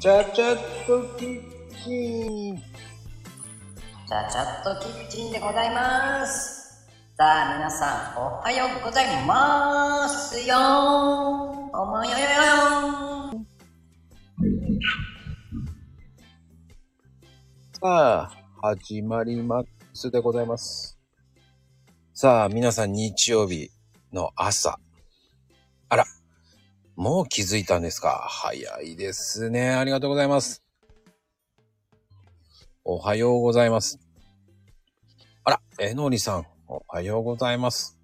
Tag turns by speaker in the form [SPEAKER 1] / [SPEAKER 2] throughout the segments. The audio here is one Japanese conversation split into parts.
[SPEAKER 1] チャチャットキッチン
[SPEAKER 2] チャチャットキッチンでございます。さあ、皆さん、おはようございますよーおもよよよよ
[SPEAKER 1] さあ、始まりますでございます。さあ、皆さん日曜日の朝。あら、もう気づいたんですか早いですね。ありがとうございます。おはようございます。あら、えのりさん、おはようございます。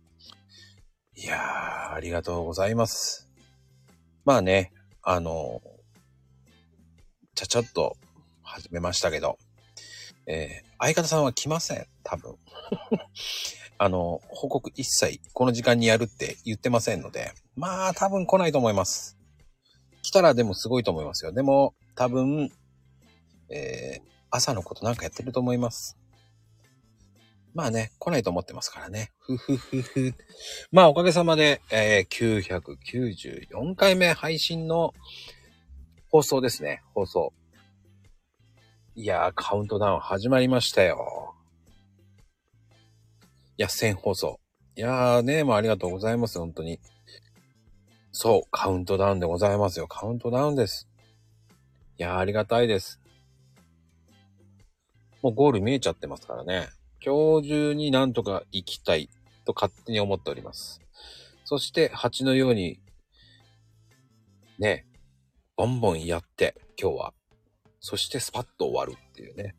[SPEAKER 1] いやー、ありがとうございます。まあね、あの、ちゃちゃっと始めましたけど、えー相方さんは来ません、多分。 あの、報告一切この時間にやるって言ってませんので、まあ多分来ないと思います。来たらでもすごいと思いますよ。でも多分、えー朝のことなんかやってると思います。まあね、来ないと思ってますからね。ふふふふ。まあおかげさまで、えー994回目配信の放送ですね、放送。いやー、カウントダウン始まりましたよ。いや、1000放送。いやーね、もうありがとうございます、本当に。そう、カウントダウンでございますよ。カウントダウンです。いやー、ありがたいです。もうゴール見えちゃってますからね。今日中になんとか行きたいと勝手に思っております。そして、蜂のように、ね、ボンボンやって、今日はそしてスパッと終わるっていうね。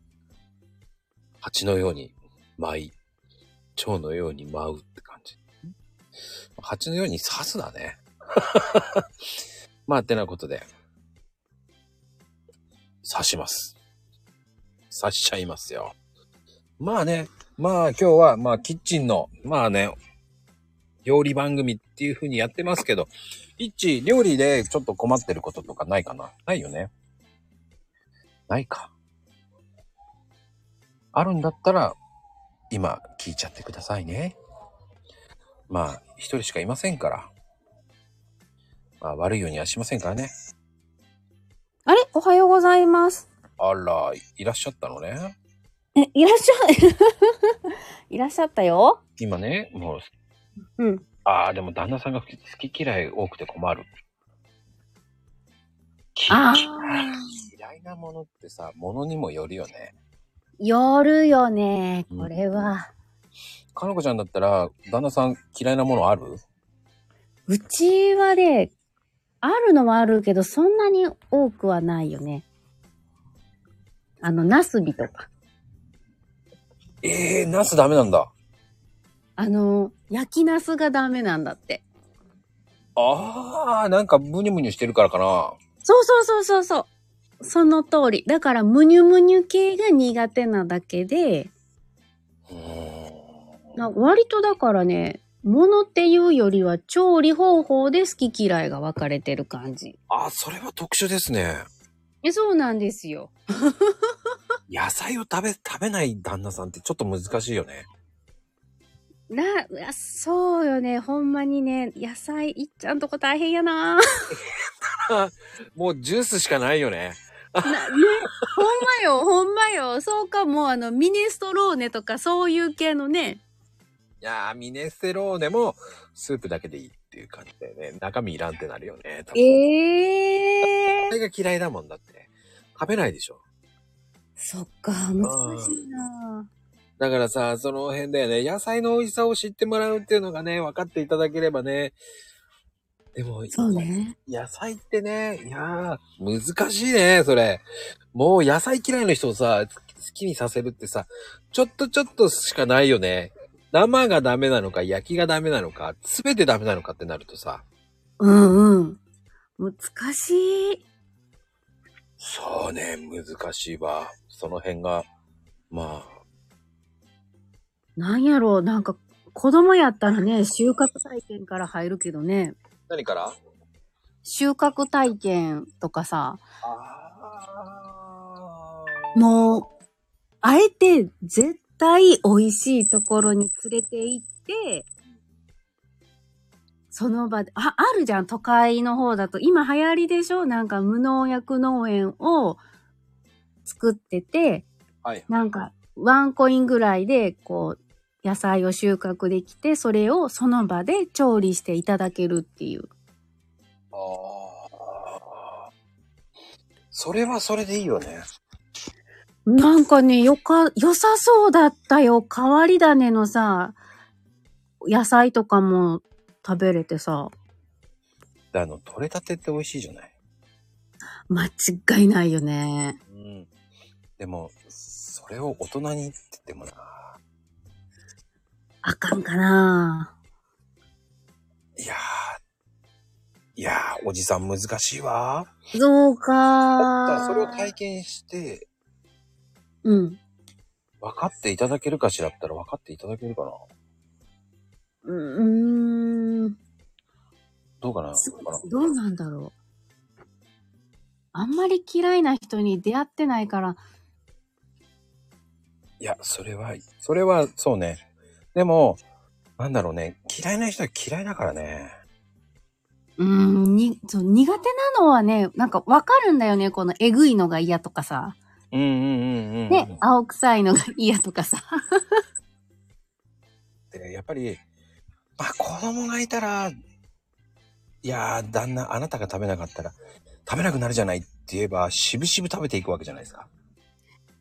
[SPEAKER 1] 蜂のように舞い、蝶のように舞うって感じ。蜂のように刺すだね。 まあ、てなことで、刺します。刺しちゃいますよ。まあね、まあ今日は、まあキッチンの、まあね、料理番組っていう風にやってますけど、一致、料理でちょっと困ってることとかないかなないよね。ないか。あるんだったら、今聞いちゃってくださいね。まあ、一人しかいませんから。まあ、悪いようにはしませんからね。
[SPEAKER 3] あれおはようございます。
[SPEAKER 1] あら、いらっしゃったのね。
[SPEAKER 3] え、いらっしゃ、い らっしゃったよ。
[SPEAKER 1] 今ね、もう、
[SPEAKER 3] うん。
[SPEAKER 1] ああ、でも旦那さんが好き好き嫌い多くて困る。
[SPEAKER 3] あ
[SPEAKER 1] 嫌いなものってさ、ものにもよるよね。
[SPEAKER 3] 夜よね、これは。
[SPEAKER 1] かのこちゃんだったら、旦那さん嫌いなものある
[SPEAKER 3] うちはね、あるのはあるけど、そんなに多くはないよね。あの、ナスビとか。
[SPEAKER 1] ええー、ナスダメなんだ。
[SPEAKER 3] あの、焼きナスがダメなんだって。
[SPEAKER 1] ああ、なんかムニュムニュしてるからかな。
[SPEAKER 3] そうそうそうそうそう。その通り。だから、むにゅむにゅ系が苦手なだけで、
[SPEAKER 1] うーん。
[SPEAKER 3] なんか割とだからね、ものっていうよりは調理方法で好き嫌いが分かれてる感じ。
[SPEAKER 1] あ、それは特殊ですね。
[SPEAKER 3] え、そうなんですよ。
[SPEAKER 1] 野菜を食べ、食べない旦那さんってちょっと難しいよね。
[SPEAKER 3] な、あそうよね。ほんまにね、野菜いっちゃんとこ大変や な。な、ね、
[SPEAKER 1] もうジュースしかないよね。
[SPEAKER 3] ほんまよ、ほんまよ。そうか、もうあの、ミネストローネとかそういう系のね。
[SPEAKER 1] いやー、ミネステローネもスープだけでいいっていう感じだよね。中身いらんってなるよね。多分
[SPEAKER 3] ええ
[SPEAKER 1] 野菜が嫌いだもんだって。食べないでしょ。
[SPEAKER 3] そっか、難しいな。
[SPEAKER 1] だからさ、その辺だよね。野菜の美味しさを知ってもらうっていうのがね、分かっていただければね。でも、
[SPEAKER 3] そうね。
[SPEAKER 1] 野菜ってね、いやー、難しいね、それ。もう野菜嫌いの人をさ、好きにさせるってさ、ちょっとちょっとしかないよね。生がダメなのか、焼きがダメなのか、すべてダメなのかってなるとさ、
[SPEAKER 3] うんうん。難しい。
[SPEAKER 1] そうね、難しいわ。その辺が、まあ、
[SPEAKER 3] なんやろう、なんか、子供やったらね、収穫体験から入るけどね、
[SPEAKER 1] 何から
[SPEAKER 3] 収穫体験とかさ、
[SPEAKER 1] あ
[SPEAKER 3] もう、あえて絶対美味しいところに連れて行って、その場で、あ、あるじゃん、都会の方だと。今流行りでしょなんか無農薬農園を作ってて、
[SPEAKER 1] はい。
[SPEAKER 3] なんかワンコインぐらいで、こう、野菜を収穫できて、それをその場で調理していただけるっていう。
[SPEAKER 1] ああ。それはそれでいいよね。
[SPEAKER 3] なんかね、よか、良さそうだったよ。変わり種のさ、野菜とかも食べれてさ、
[SPEAKER 1] であの、取れたてって美味しいじゃない。
[SPEAKER 3] 間違いないよね。
[SPEAKER 1] うん。でも、それを大人にって言ってもな。
[SPEAKER 3] あかんかない
[SPEAKER 1] やー。いやー、おじさん難しいわ。
[SPEAKER 3] そう
[SPEAKER 1] だ
[SPEAKER 3] か
[SPEAKER 1] からそれを体験して、
[SPEAKER 3] うん。
[SPEAKER 1] 分かっていただけるかしらったら分かっていただけるかな。
[SPEAKER 3] うーん。
[SPEAKER 1] どうかな
[SPEAKER 3] そ
[SPEAKER 1] どうかな
[SPEAKER 3] どうなんだろう。あんまり嫌いな人に出会ってないから、
[SPEAKER 1] いや、それは、それは、そうね。でも、なんだろうね。嫌いな人は嫌いだからね。
[SPEAKER 3] うーん、に、そう、苦手なのはね、なんかわかるんだよね。このえぐいのが嫌とかさ。
[SPEAKER 1] うんうんうんうんうん。
[SPEAKER 3] ね、青臭いのが嫌とかさ。
[SPEAKER 1] でやっぱり、まあ子供がいたら、いやー、旦那、あなたが食べなかったら、食べなくなるじゃないって言えば、しぶしぶ食べていくわけじゃないですか。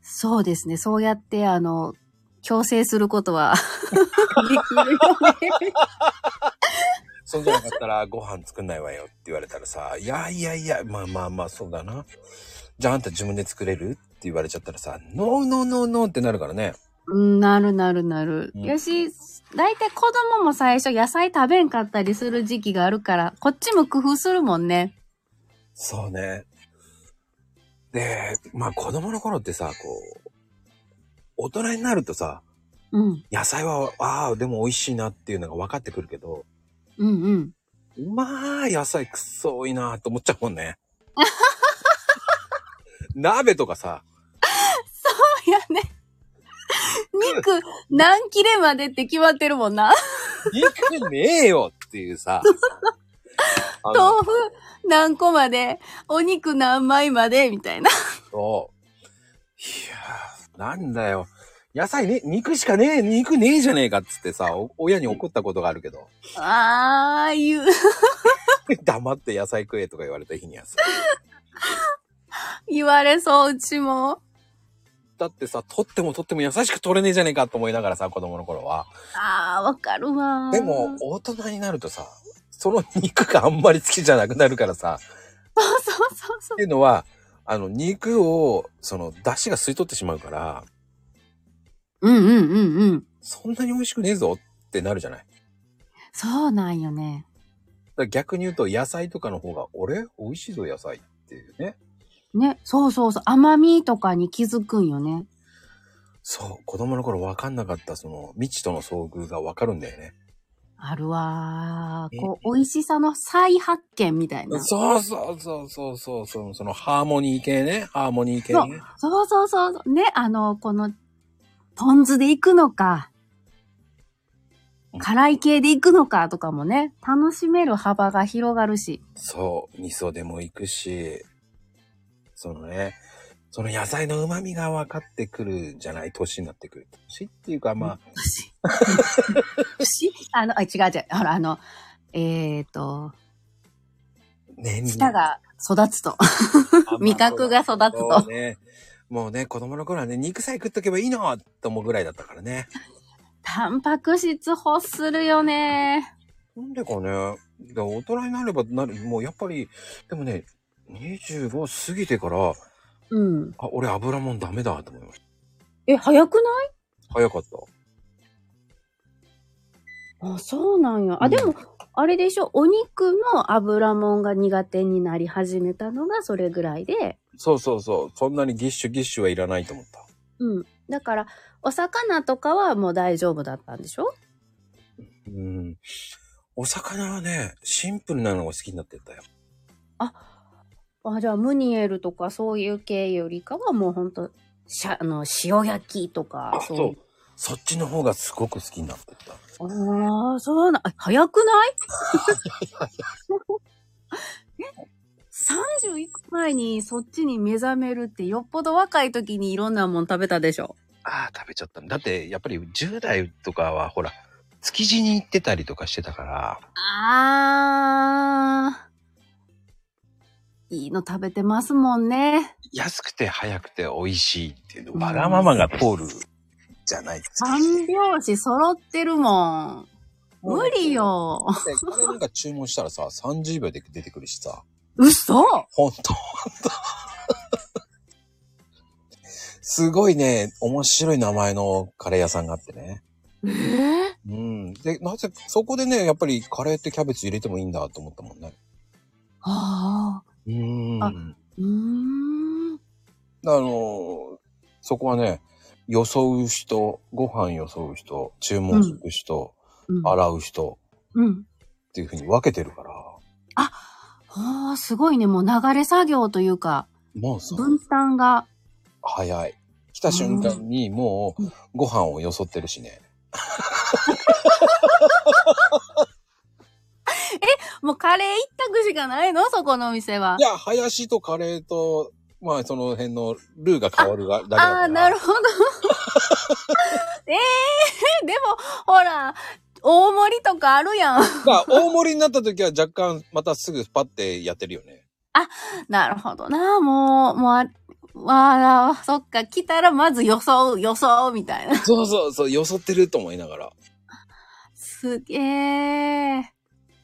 [SPEAKER 3] そうですね。そうやって、あの、強制することは できるよね。
[SPEAKER 1] そうじゃなかったら、 ご飯作んないわよって言われたらさ、いやいやいや、まあまあまあ、そうだな。じゃああんた自分で作れるって言われちゃったらさ、ノーノーノーノーってなるからね。
[SPEAKER 3] うんなるなるなる。
[SPEAKER 1] うん
[SPEAKER 3] よし、だいたい子供も最初野菜食べんかったりする時期があるから、こっちも工夫するもんね。
[SPEAKER 1] そうね。で、まあ子供の頃ってさ、こう、大人になるとさ、
[SPEAKER 3] うん。
[SPEAKER 1] 野菜は、ああ、でも美味しいなっていうのが分かってくるけど、
[SPEAKER 3] うんうん。
[SPEAKER 1] まあ、野菜くっそ多いなと思っちゃうもんね。鍋とかさ、
[SPEAKER 3] いやね。肉何切れまでって決まってるもんな。
[SPEAKER 1] 肉ねえよっていう さ。あの
[SPEAKER 3] 豆腐何個まで、お肉何枚まで、みたいな。
[SPEAKER 1] そう。いやー、なんだよ。野菜ね、肉しかねえ、肉ねえじゃねえかっつってさ、お親に怒ったことがあるけど、
[SPEAKER 3] ああいう。
[SPEAKER 1] 黙って野菜食えとか言われた日にはさ。
[SPEAKER 3] 言われそう、うちも。
[SPEAKER 1] だってさ、取っても取っても優しく取れねえじゃねえかと思いながらさ、子供の頃は。
[SPEAKER 3] ああ、わかるわ。
[SPEAKER 1] でも、大人になるとさ、その肉があんまり好きじゃなくなるからさ、
[SPEAKER 3] そうそうそうそ
[SPEAKER 1] っ
[SPEAKER 3] う。
[SPEAKER 1] ていうのは、あの、肉を、その、出汁が吸い取ってしまうから、
[SPEAKER 3] うんうんうんうん。
[SPEAKER 1] そんなに美味しくねえぞってなるじゃない。だか
[SPEAKER 3] そうなんよね。
[SPEAKER 1] ら逆に言うと、野菜とかの方が、俺美味しいぞ、野菜っていうね。
[SPEAKER 3] ね、そうそうそう。甘みとかに気づくんよね。
[SPEAKER 1] そう、子供の頃分かんなかった、その、未知との遭遇が分かるんだよね。
[SPEAKER 3] あるわー。
[SPEAKER 1] え
[SPEAKER 3] こう、美味しさの再発見みたいな。そ
[SPEAKER 1] そうそうそうそうそう、その、そのハーモニー系ね、ハーモニー系ね。
[SPEAKER 3] うそうそう。ね、あの、この、ポン酢で行くのか
[SPEAKER 1] うん、
[SPEAKER 3] 辛い系で行くのかとかもね、楽しめる幅が広がるし。
[SPEAKER 1] そう、味噌でもいくし、そのね、その野菜の旨味が分かってくるじゃない、年になってくる。年っていうか、まあ、
[SPEAKER 3] 私私あの、あ、違う違う。ほら、あの、えっ、ー、と、
[SPEAKER 1] 年齢
[SPEAKER 3] 舌が育つと。味覚が育つと
[SPEAKER 1] そうね。もうね、子供の頃はね、肉さえ食っとけばいいのと思うぐらいだったからね。
[SPEAKER 3] タンパク質欲するよね。
[SPEAKER 1] なんでかね、で大人になればなる、もうやっぱり、でもね、25過ぎてから、
[SPEAKER 3] うん。
[SPEAKER 1] あ、俺油もんダメだと思いました。
[SPEAKER 3] え、早くない
[SPEAKER 1] 早かった。
[SPEAKER 3] あ、そうなんや。あ、で
[SPEAKER 1] う
[SPEAKER 3] も、あれでしょ、お肉も油もんが苦手になり始めたのがそれぐらいで、
[SPEAKER 1] そうそうそう。そんなにギッシュギッシュはいらないと思った。
[SPEAKER 3] うん。だから、お魚とかはもう大丈夫だったんでしょ
[SPEAKER 1] うん。お魚はね、シンプルなのが好きになってったよ。
[SPEAKER 3] あ、じゃあ、ムニエルとかそういう系よりかはもうほんと、しゃ、あの、塩焼きとか、
[SPEAKER 1] あ、そう。そっちの方がすごく好きになってった。
[SPEAKER 3] ああ、そうな、あ早くないえ ?30 いく前にそっちに目覚めるってよっぽど若い時にいろんなもん食べたでしょ。
[SPEAKER 1] ああ、食べちゃった。だって、やっぱり10代とかは、ほら、築地に行ってたりとかしてたから、
[SPEAKER 3] ああ。いいの食べてますもんね。
[SPEAKER 1] 安くて早くて美味しいっていうの、わがままが通るじゃないですか。
[SPEAKER 3] 三拍子揃ってるもん。無理。よ。
[SPEAKER 1] これなんか注文したらさ、30秒で出てくるしさ、
[SPEAKER 3] 嘘
[SPEAKER 1] ほんと、ほんと。 すごいね、面白い名前のカレー屋さんがあってね。
[SPEAKER 3] ええ
[SPEAKER 1] うん。で、なぜ、そこでね、やっぱりカレーってキャベツ入れてもいいんだと思ったもんね。
[SPEAKER 3] ああ。
[SPEAKER 1] うー
[SPEAKER 3] あ
[SPEAKER 1] ん。
[SPEAKER 3] うーん。
[SPEAKER 1] あのーそこはね、装う人、ご飯装う人、注文する人、
[SPEAKER 3] うん。
[SPEAKER 1] 洗う人
[SPEAKER 3] うん。
[SPEAKER 1] っていうふうに分けてるから、
[SPEAKER 3] ああ、すごいね。もう流れ作業というか、
[SPEAKER 1] もうそ
[SPEAKER 3] 分担が。
[SPEAKER 1] 早い。来た瞬間にもう
[SPEAKER 3] うん
[SPEAKER 1] ご飯をよそってるしね。。
[SPEAKER 3] もうカレー一択しかないのそこのお店はい
[SPEAKER 1] や、林とカレーと、まあその辺のルーが変わるがだけだから。
[SPEAKER 3] ああー、なる ほど。ええー、でも、ほら、大盛りとかあるやん。
[SPEAKER 1] だから大盛りになった時は若干またすぐパッてやってるよね。
[SPEAKER 3] なるほどな。もう、もうあ、わあ、そっか、来たらまず予想、予想、みたいな。
[SPEAKER 1] そうそうそう、よそってると思いながら。
[SPEAKER 3] すげえ。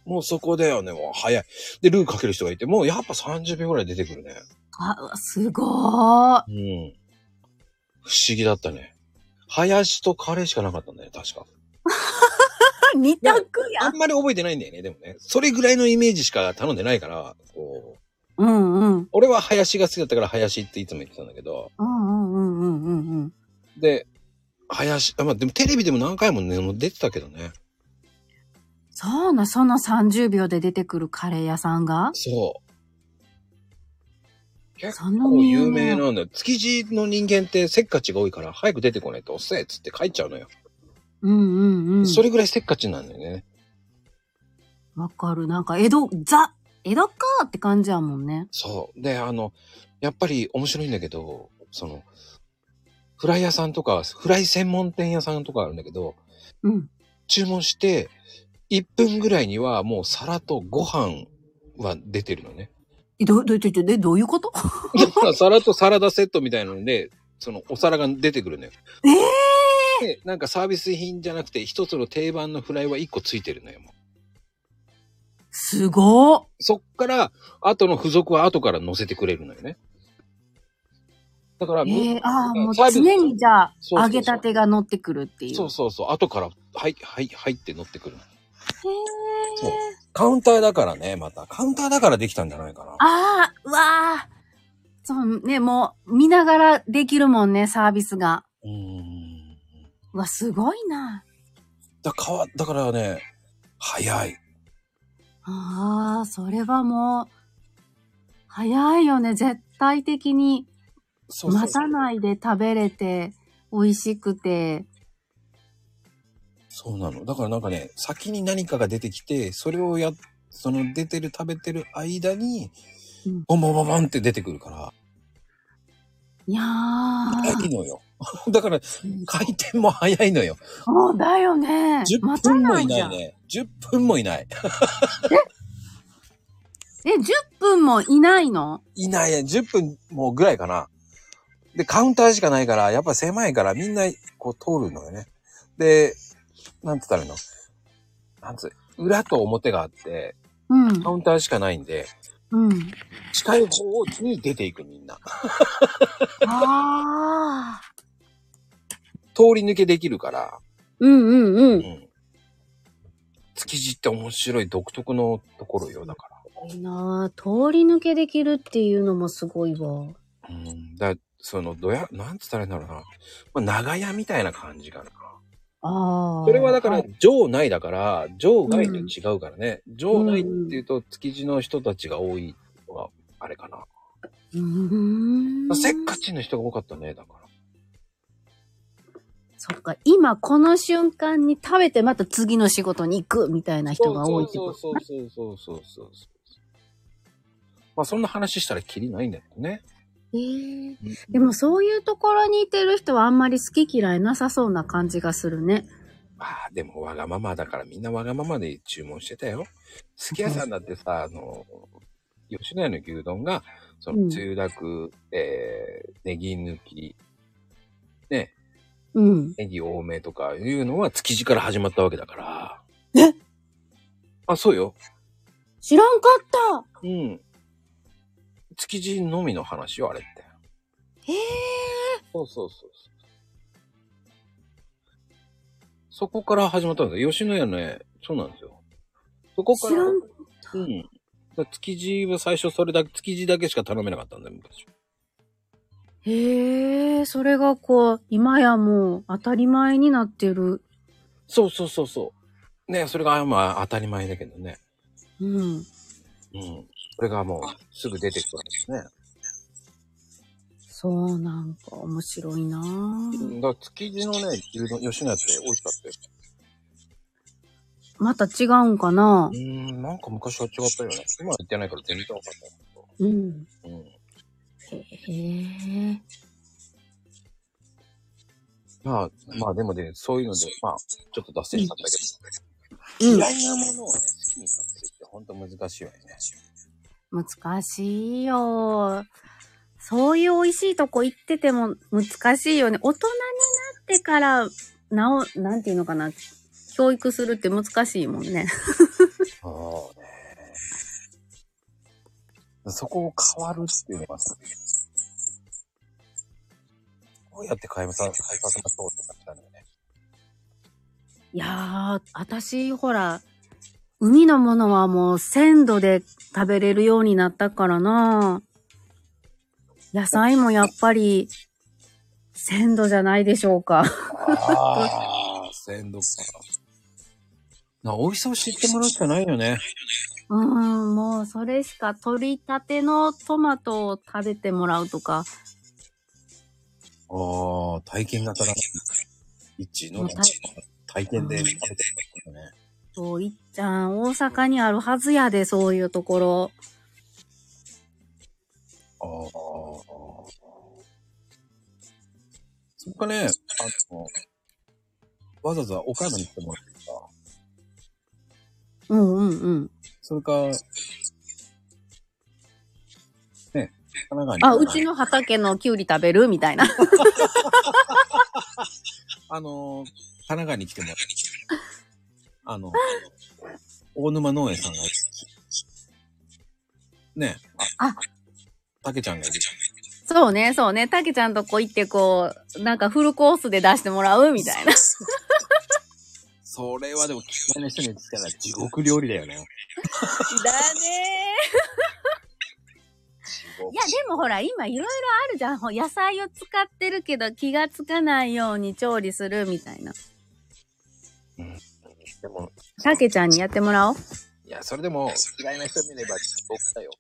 [SPEAKER 1] もうそこだよね、もう早い。で、ルーかける人がいて、もうやっぱ30秒ぐらい出てくるね。
[SPEAKER 3] あ、うわす ごーい。
[SPEAKER 1] うん。不思議だったね。林とカレーしかなかったんだよ、確か。
[SPEAKER 3] あ二択や
[SPEAKER 1] あ
[SPEAKER 3] ん。
[SPEAKER 1] んまり覚えてないんだよね、でもね。それぐらいのイメージしか頼んでないから、こう。
[SPEAKER 3] うんうん。
[SPEAKER 1] 俺は林が好きだったから林っていつも言ってたんだけど。
[SPEAKER 3] うんうんうんうんうんうん。
[SPEAKER 1] で、林、あ、まあでもテレビでも何回もね、出てたけどね。
[SPEAKER 3] そうな、その30秒で出てくるカレー屋さんが
[SPEAKER 1] そう。結
[SPEAKER 3] そんな
[SPEAKER 1] 構
[SPEAKER 3] に有
[SPEAKER 1] 有名
[SPEAKER 3] 名な
[SPEAKER 1] なんだよ。築地の人間ってせっかちが多いから、早く出てこないと遅えっつって帰っちゃうのよ。
[SPEAKER 3] うんうんうん。
[SPEAKER 1] それぐらいせっかちなんだよね。
[SPEAKER 3] わかる。なんか、江戸、ザ、江戸かーって感じやもんね。
[SPEAKER 1] そう。で、あの、やっぱり面白いんだけど、その、フライ屋さんとか、フライ専門店屋さんとかあるんだけど、
[SPEAKER 3] うん。
[SPEAKER 1] 注文して、1分ぐらいにはもう皿とご飯は出てるのね。
[SPEAKER 3] え、ど、ど、ど、ど、どどういうこと
[SPEAKER 1] だから皿とサラダセットみたいなので、そのお皿が出てくるのよ。
[SPEAKER 3] ええ
[SPEAKER 1] で、なんかサービス品じゃなくて、一つの定番のフライは1個ついてるのよ。もう
[SPEAKER 3] すごー
[SPEAKER 1] そっから、後の付属は後から乗せてくれるのよね。だから、
[SPEAKER 3] ええああ、もう
[SPEAKER 1] サービス
[SPEAKER 3] 常にじゃあ、
[SPEAKER 1] そうそうそう
[SPEAKER 3] 揚げたてが乗ってくるっていう。
[SPEAKER 1] そうそうそう、後から、はい、はい、はいって乗ってくる。
[SPEAKER 3] へえ
[SPEAKER 1] そうカウンターだからね、また。カウンターだからできたんじゃないかな。
[SPEAKER 3] ああ、うわあ。そうね、もう、見ながらできるもんね、サービスが。
[SPEAKER 1] うーん。
[SPEAKER 3] うわ、すごいな。
[SPEAKER 1] だかわだからね、早い。
[SPEAKER 3] ああ、それはもう、早いよね、絶対的に。
[SPEAKER 1] そ
[SPEAKER 3] 待た
[SPEAKER 1] い。
[SPEAKER 3] ないで食べれて、美味しくて。
[SPEAKER 1] そうなの。だからなんかね、先に何かが出てきて、それをや、その出てる食べてる間に
[SPEAKER 3] うん、
[SPEAKER 1] ボンボンボンボンって出てくるから、
[SPEAKER 3] いや
[SPEAKER 1] 早
[SPEAKER 3] ー。
[SPEAKER 1] いのよ。 だから、回転も早いのよ。
[SPEAKER 3] そうだよね。
[SPEAKER 1] 10
[SPEAKER 3] 待た
[SPEAKER 1] 分も
[SPEAKER 3] ないいじ
[SPEAKER 1] な
[SPEAKER 3] ゃ
[SPEAKER 1] い
[SPEAKER 3] ん。え、
[SPEAKER 1] ね。10分もいない。
[SPEAKER 3] 10分もいないの
[SPEAKER 1] いないね。10分もうぐらいかな。で、カウンターしかないから、やっぱ狭いからみんなこう通るのよね。で、なんつったらいいのなんつう、裏と表があって、
[SPEAKER 3] うん。
[SPEAKER 1] カウンターしかないんで、
[SPEAKER 3] うん。
[SPEAKER 1] 近い方に出ていくみんな。
[SPEAKER 3] ああ。
[SPEAKER 1] 通り抜けできるから、
[SPEAKER 3] うんうんう。
[SPEAKER 1] うんん。築地って面白い独特のところよ、だか
[SPEAKER 3] いいなー通り抜けできるっていうのもすごいわ。
[SPEAKER 1] ら。うん。だその、どや、なんつったらいいんだろうな。まあ、長屋みたいな感じかな。
[SPEAKER 3] ああ。
[SPEAKER 1] それはだから
[SPEAKER 3] い、
[SPEAKER 1] 場内だから、場外と違うからね。場内っていうと、築地の人たちが多いのが、あれかな。
[SPEAKER 3] うーん。
[SPEAKER 1] せっかちの人が多かったね、だから。
[SPEAKER 3] そっか、今この瞬間に食べてまた次の仕事に行くみたいな人が多いって
[SPEAKER 1] そ
[SPEAKER 3] こ
[SPEAKER 1] う
[SPEAKER 3] と。
[SPEAKER 1] そうそうそうそうそうそうそう。まあそんな話したらきりないんだけどね。
[SPEAKER 3] ええでもそういうところにいてる人はあんまり好き嫌いなさそうな感じがするね。
[SPEAKER 1] まあでもわがままだからみんなわがままで注文してたよ。すき家さんだってさ、あの、吉野家の牛丼が、その、
[SPEAKER 3] うん
[SPEAKER 1] つゆだく、えー、ネギ抜き、ね、
[SPEAKER 3] うん。
[SPEAKER 1] ネギ多めとかいうのは築地から始まったわけだから。
[SPEAKER 3] え
[SPEAKER 1] あ、そうよ。
[SPEAKER 3] 知らんかった
[SPEAKER 1] うん。築地のみの話よ、あれって。
[SPEAKER 3] ええ
[SPEAKER 1] そうそうそうそう。そこから始まったんですよ。吉野家ね、そうなんですよ。そこから。
[SPEAKER 3] 知らん
[SPEAKER 1] うん。だから築地は最初それだけ、築地だけしか頼めなかったんだよ、昔。
[SPEAKER 3] へえ、それがこう、今やもう当たり前になってる。
[SPEAKER 1] そうそうそうそう。ねそれがまあ当たり前だけどね。
[SPEAKER 3] うん。
[SPEAKER 1] うん。それがもうすぐ出てくるんですね。
[SPEAKER 3] そうなんか面白いなぁ
[SPEAKER 1] だから築地のね、牛丼、吉野家って美味しかったよ。
[SPEAKER 3] また違うんかな
[SPEAKER 1] うーん、なんか昔は違ったよね。今は行ってないから全然わかん
[SPEAKER 3] うん。
[SPEAKER 1] ない。うん。
[SPEAKER 3] へえ。
[SPEAKER 1] まあ、まあでもね、そういうので、まあ、ちょっと脱線したんだけど、
[SPEAKER 3] うん
[SPEAKER 1] 嫌。いなものをね、好きにさせるって本当難しいわよね。
[SPEAKER 3] 難しいよ。そういう美味しいとこ行ってても難しいよね。大人になってから、なお、なんていうのかな。教育するって難しいもんね。
[SPEAKER 1] そうね。そこを変わるっていうのがさ、どうやって変えまさ、変えさせましょうとかってなるよね。
[SPEAKER 3] いやー、私、ほら、海のものはもう鮮度で食べれるようになったからな。野菜もやっぱり鮮度じゃないでしょう
[SPEAKER 1] あ
[SPEAKER 3] か。
[SPEAKER 1] あ、鮮度か。な、美味しさを知ってもらうしかないよね。
[SPEAKER 3] うん、もうそれしか取りたてのトマトを食べてもらうとか、
[SPEAKER 1] ああ、体験型だね。一の
[SPEAKER 3] もう体
[SPEAKER 1] 体験で食べてもらうね。
[SPEAKER 3] そう、いっちゃん、大阪にあるはずやで、そういうところ。
[SPEAKER 1] ああ。そっかね、あの、わざわざ岡山に来てもらってさ、
[SPEAKER 3] うんうんうん。
[SPEAKER 1] それか、ね、神奈川
[SPEAKER 3] あ、
[SPEAKER 1] に。
[SPEAKER 3] うちの畑のキュウリ食べるみたいな。
[SPEAKER 1] あの、神奈川に来てもらって、あの、大沼農園さんがいるし、ね、
[SPEAKER 3] あ、
[SPEAKER 1] たけちゃんがいるし。
[SPEAKER 3] そうね、そうね。たけちゃんとこ行ってこう、なんかフルコースで出してもらうみたいな。
[SPEAKER 1] それはでも、嫌いな人に言ったら地獄料理だよね。
[SPEAKER 3] だねいや、でもほら、今いろいろあるじゃん。ほ野菜を使ってるけど気がつかないように調理するみたいな。
[SPEAKER 1] でも、
[SPEAKER 3] たけちゃんにやってもらおう。
[SPEAKER 1] いや、それでも、嫌いな人見れば地獄だよ。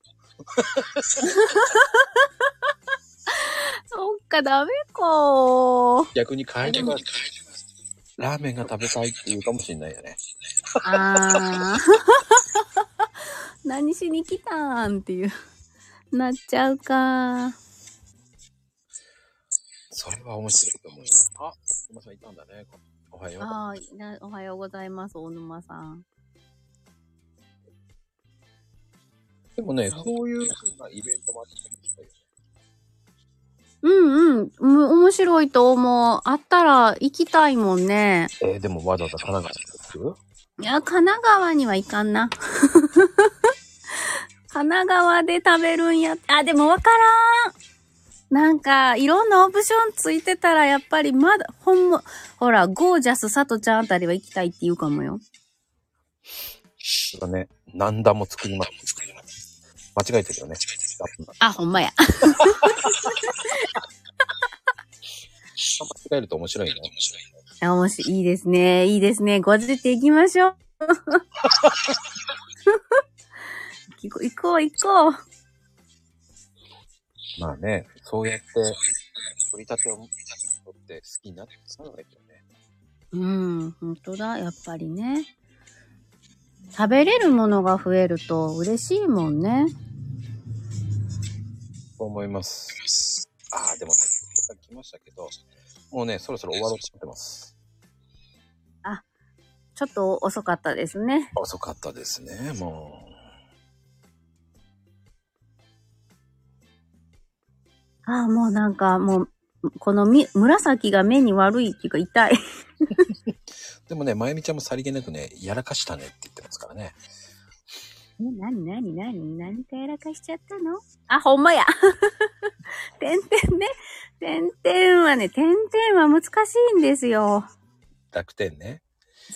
[SPEAKER 3] そっか、ダメかー。
[SPEAKER 1] 逆に帰れば、ラーメンが食べたいって言うかもしれないよね。
[SPEAKER 3] あー。 何しに来たんっていう。なっちゃうかー。
[SPEAKER 1] それは面白いと思うよ。あ、おまさんいたんだね。おはよう。
[SPEAKER 3] あーなおはようございます、大沼さん。
[SPEAKER 1] でもね、そういう風なイベントもあってもいいよね
[SPEAKER 3] うんうん。む面白いと思う。あったら行きたいもんね。
[SPEAKER 1] えーでもわざわざ神奈川に行く
[SPEAKER 3] いや、神奈川には行かんな。 神奈川で食べるんや。あ、でもわからん。なんか、いろんなオプションついてたら、やっぱりまだ、ほんま、ほら、ゴージャスさとちゃんあたりは行きたいって言うかもよ。
[SPEAKER 1] そうだね、何段も作ります。間違えてるよね。
[SPEAKER 3] あ、ほんまや。
[SPEAKER 1] 間違えると面白いね。
[SPEAKER 3] あもし、いいですね。いいですね。ご自て行きましょう。 行こう、行こう、行こう。
[SPEAKER 1] まあね、そうやって、取り立てを取って好きになってくるのがいいよね。
[SPEAKER 3] うん、本当だ、やっぱりね。食べれるものが増えると嬉しいもんね。
[SPEAKER 1] そう思います。ああ、でもね、さっき来ましたけど、もうね、そろそろ終わろうと思ってます。
[SPEAKER 3] ちょっと遅かったですね。
[SPEAKER 1] 遅かったですね、も
[SPEAKER 3] ああ、もうなんかもう、このみ紫が目に悪いっていうか痛い。
[SPEAKER 1] う。でもね、まゆみちゃんもさりげなくね、やらかしたねって言ってますからね。
[SPEAKER 3] え、なになになに何かやらかしちゃったのあ、ほんまや。 てんてんね。てんてんはね、てんてんは難しいんですよ。
[SPEAKER 1] 楽天ね。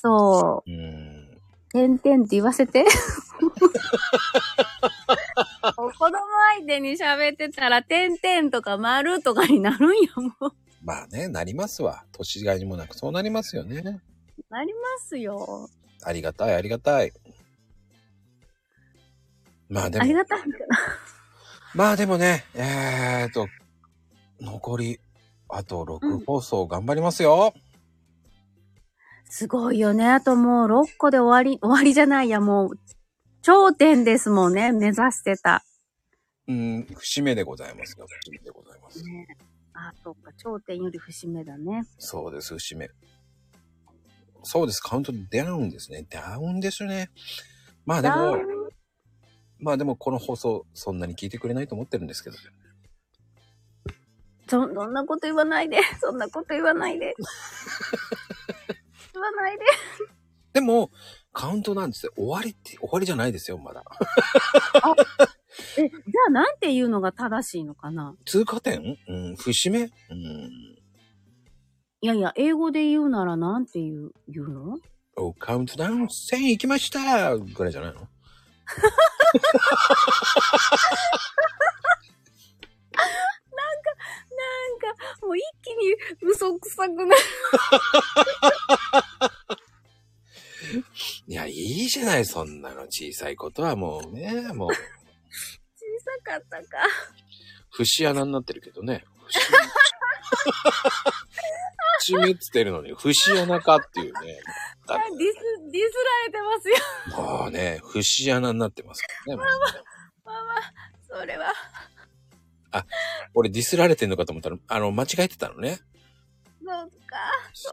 [SPEAKER 3] そう
[SPEAKER 1] ーん。
[SPEAKER 3] う。てんてんって言わせ て。お子供相手に喋ってたら、てんてんとか丸とかになるんやもう。
[SPEAKER 1] まあね、なりますわ。年がいにもなく、そうなりますよね。
[SPEAKER 3] なりますよ。
[SPEAKER 1] ありがたい、ありがたい。まあで
[SPEAKER 3] あり
[SPEAKER 1] も、
[SPEAKER 3] がたいけど。
[SPEAKER 1] まあでもね、えーと、残り、あと6放送頑張りますよ。
[SPEAKER 3] すごいよね。あともう6個で終わり、終わりじゃないや、もう、頂点ですもんね、目指してた。
[SPEAKER 1] うん、節目でございますよ。節目でございます。
[SPEAKER 3] ね、あ、そっか、頂点より節目だね。
[SPEAKER 1] そうです、節目。そうです、カウントダウンですね。ダウンですね。まあで
[SPEAKER 3] ダ
[SPEAKER 1] も
[SPEAKER 3] ウ、ン
[SPEAKER 1] まあでもこの放送、そんなに聞いてくれないと思ってるんですけど。
[SPEAKER 3] そ、そんなこと言わないで。 そんなこと言わないで。 言わないで。
[SPEAKER 1] でも、カウントなんですよ。終わりって、終わりじゃないですよ、まだ。
[SPEAKER 3] え、じゃあなんていうのが正しいのかな
[SPEAKER 1] 通過点うん、節目うん。
[SPEAKER 3] いやいや、英語で言うならなんて言う、言うの
[SPEAKER 1] お、カウントダウン1000行きましたぐらいじゃないの
[SPEAKER 3] なんか、もう一気に嘘くさ くなる。
[SPEAKER 1] いや、いいじゃない、そんなの。小さいことはもうね、もう、
[SPEAKER 3] 小さかったか。
[SPEAKER 1] 節穴になってるけどね。 節目節目って言ってるのに、節穴かっていうね。だ
[SPEAKER 3] ディス、ディスられてますよ。
[SPEAKER 1] もうね、節穴になってますからね。もうね
[SPEAKER 3] ママ、それは。
[SPEAKER 1] 俺ディスられてんのかと思ったら、あの、間違えてたのね。
[SPEAKER 3] そっか。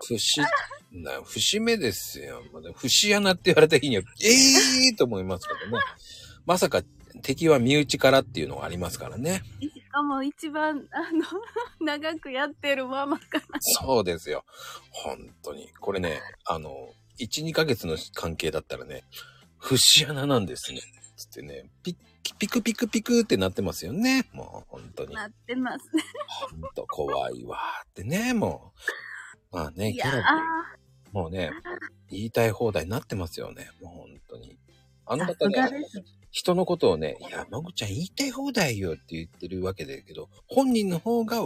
[SPEAKER 1] 節、な、節目ですよ。もうね節穴って言われた日には、ええーと思いますけどね。まさか、敵は身内からっていうのがありますからね。
[SPEAKER 3] しかも一番、あの、 長くやってるママから。
[SPEAKER 1] そうですよ。本当に。これね、あの、1、2ヶ月の関係だったらね、節穴なんですね。つってね、ピッキピクピクピクってなってますよね。もう本当に。
[SPEAKER 3] なってますね。
[SPEAKER 1] 本当怖いわーってね、もう。まあね、
[SPEAKER 3] い
[SPEAKER 1] キ
[SPEAKER 3] や
[SPEAKER 1] ャラ
[SPEAKER 3] ー
[SPEAKER 1] で、もうね、言いたい放題になってますよね。もう本当に。あの
[SPEAKER 3] さ
[SPEAKER 1] 方
[SPEAKER 3] すが
[SPEAKER 1] ね、
[SPEAKER 3] です。
[SPEAKER 1] 人のことをね、いや、まぐちゃん言いたい放題よって言ってるわけだけど、本人の方が、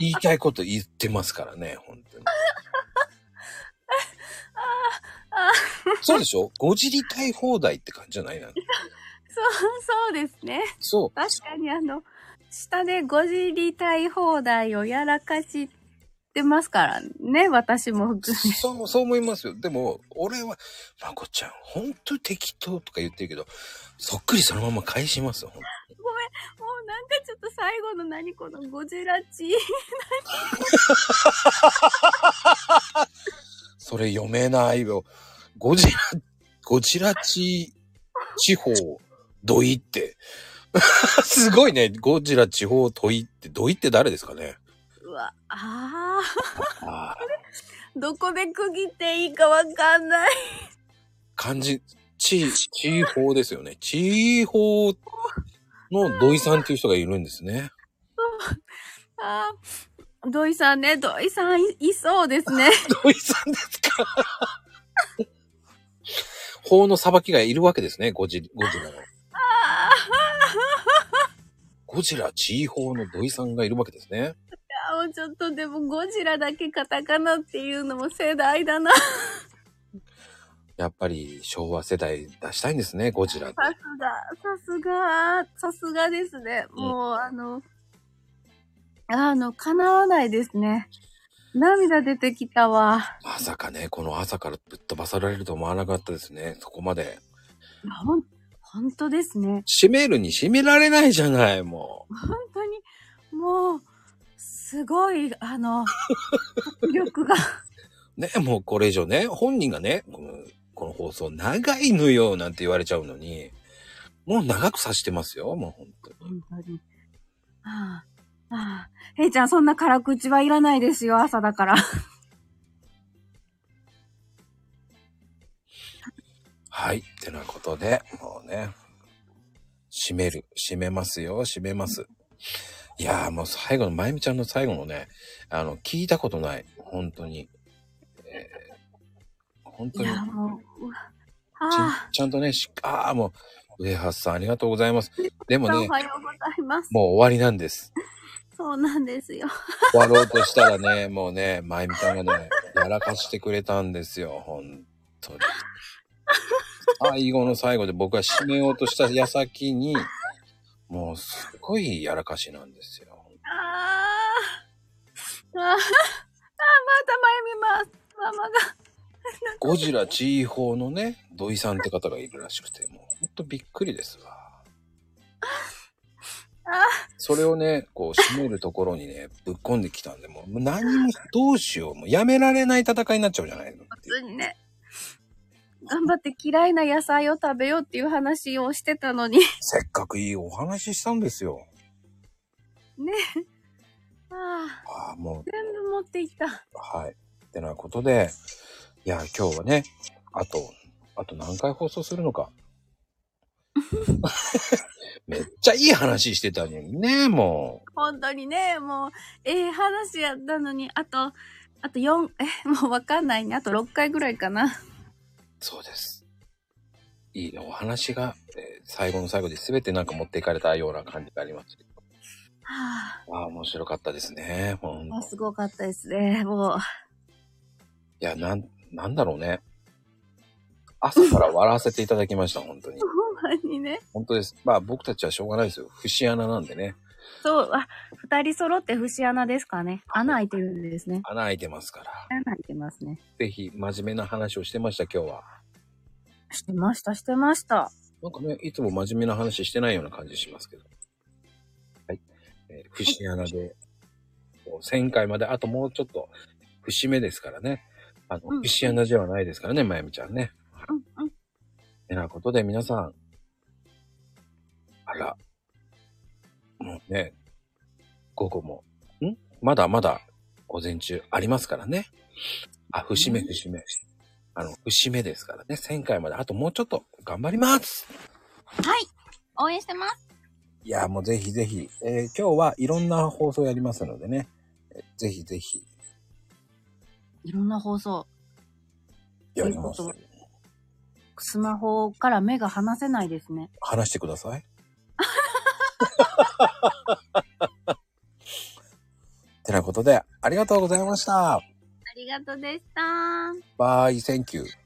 [SPEAKER 1] 言いたいこと言ってますからね、本 当に。
[SPEAKER 3] あ
[SPEAKER 1] そうでしょごじりたい放題って感じじゃないな。
[SPEAKER 3] そう、そうですね。
[SPEAKER 1] そう。
[SPEAKER 3] 確かにあの、下でごじりたい放題をやらかしてますからね、私も含め。
[SPEAKER 1] そう、そう思いますよ。でも、俺は、まこちゃん、ほんと適当とか言ってるけど、そっくりそのまま返しますよ、ほんと
[SPEAKER 3] もうなんかちょっと最後の何このゴジラチ。
[SPEAKER 1] それ読めないよ。ゴジラ、ゴジラ地、地方、土井って。 すごいね。ゴジラ地方土井って、土井って誰ですかね
[SPEAKER 3] うわ、ああ、
[SPEAKER 1] ああ、
[SPEAKER 3] どこで区切っていいかわかんない。
[SPEAKER 1] 漢字、地、地方ですよね。地方の土井さんっていう人がいるんですね。
[SPEAKER 3] ああ、土井さんね、土井さんいいそうですね。
[SPEAKER 1] 土井さんですか法の裁きがいるわけですね、ゴジゴジラの。
[SPEAKER 3] あ
[SPEAKER 1] ゴジラ地位法の土井さんがいるわけですね。
[SPEAKER 3] あ、もうちょっとでもゴジラだけカタカナっていうのも世代だな。
[SPEAKER 1] やっぱり昭和世代出したいんですね、ゴジラって。
[SPEAKER 3] さすが、さすが、さすがですね。もう、あの、あの、叶わないですね。涙出てきたわ。
[SPEAKER 1] まさかね、この朝からぶっ飛ばされると思わなかったですね。そこまで。
[SPEAKER 3] いやほん、ほんとですね。
[SPEAKER 1] 閉めるに閉められないじゃない、もう。
[SPEAKER 3] 本当に、もう、すごい、あの、迫力が。
[SPEAKER 1] ね、もうこれ以上ね、本人がね、このこの放送長いのよ、なんて言われちゃうのに、もう長くさしてますよ、もう本当に。
[SPEAKER 3] 本当に。ああ、ああ。ヘイちゃん、そんな辛口はいらないですよ、朝だから。
[SPEAKER 1] はい、ってなことで、もうね、閉める、閉めますよ、閉めます。いやーもう最後の、まゆみちゃんの最後のね、あの、聞いたことない、本当に。えー本
[SPEAKER 3] い
[SPEAKER 1] 当に。
[SPEAKER 3] や、もう、うわ
[SPEAKER 1] ち
[SPEAKER 3] ああ。
[SPEAKER 1] ちゃんとね、しああ、もう、上橋さんありがとうございます。でも
[SPEAKER 3] おはよう
[SPEAKER 1] ね
[SPEAKER 3] ご、ざいます。
[SPEAKER 1] もう終わりなんです。
[SPEAKER 3] そうなんですよ。
[SPEAKER 1] 終わろうとしたらね、もうね、まゆみさんがね、やらかしてくれたんですよ、ほんとに。最後の最後で僕が締めようとした矢先に、もうすごいやらかしなんですよ。
[SPEAKER 3] ああ。ああ。ああ、また前見ます。ママが。
[SPEAKER 1] ゴジラチーホーのね、土井さんって方がいるらしくて、もうほんとびっくりですわ。それをね、こう、締めるところにね、ぶっこんできたんで、もうもう何も、どうしよう、もうやめられない戦いになっちゃうじゃないのっていう
[SPEAKER 3] 普通にね。頑張って嫌いな野菜を食べようっていう話をしてたのに。
[SPEAKER 1] せっかくいいお話ししたんですよ。
[SPEAKER 3] ああ。
[SPEAKER 1] ああ、もう、
[SPEAKER 3] 全部持っていった。
[SPEAKER 1] はい。ってなことで、いや、今日はね、あと、あと何回放送するの か。めっちゃいい話してたのにね、も
[SPEAKER 3] 本当にね、もう、ええ話やったのに、あと、あと4、え、もうわかんないね。あと6回ぐらいかな。
[SPEAKER 1] う。そうです。いいお話が、えー最後の最後で全てなんか持っていかれたような感じがありますけど。
[SPEAKER 3] は
[SPEAKER 1] ああ、面白かったですね。ほん
[SPEAKER 3] あ、
[SPEAKER 1] と
[SPEAKER 3] もうすごかったですね。もう、
[SPEAKER 1] いや、なん、なんだろうね。朝から笑わせていただきました、本当に。
[SPEAKER 3] ほんまにね。
[SPEAKER 1] 本当です。まあ僕たちはしょうがないですよ。節穴なんでね。
[SPEAKER 3] そう、あ、二人揃って節穴ですかね。穴開いてるんですね。
[SPEAKER 1] 穴開いてますから。
[SPEAKER 3] 穴開いてますね。
[SPEAKER 1] ぜひ真面目な話をしてました、今日は。
[SPEAKER 3] してました、してました。
[SPEAKER 1] なんかね、いつも真面目な話してないような感じしますけど。はい。えー節穴で、こう1000回まで、あともうちょっと、節目ですからね。あの、
[SPEAKER 3] うん
[SPEAKER 1] 節穴ではないですからね、まゆみちゃんね。
[SPEAKER 3] うん、うん。
[SPEAKER 1] てなことで皆さん、あら、もうね、午後も、んまだまだ午前中ありますからね。あ、節目
[SPEAKER 3] うん
[SPEAKER 1] 節目。あの、節目ですからね、1000回まであともうちょっと頑張ります
[SPEAKER 3] 応援してます。
[SPEAKER 1] いや、もうぜひぜひ、えー今日はいろんな放送やりますのでね、えーぜひぜひ
[SPEAKER 3] いろんな放送。
[SPEAKER 1] やります
[SPEAKER 3] いい。こスマホから目が離せないですね。
[SPEAKER 1] 話してください。 てなことで、ありがとうございました。
[SPEAKER 3] ありがとうでした。
[SPEAKER 1] バイ、センキュー。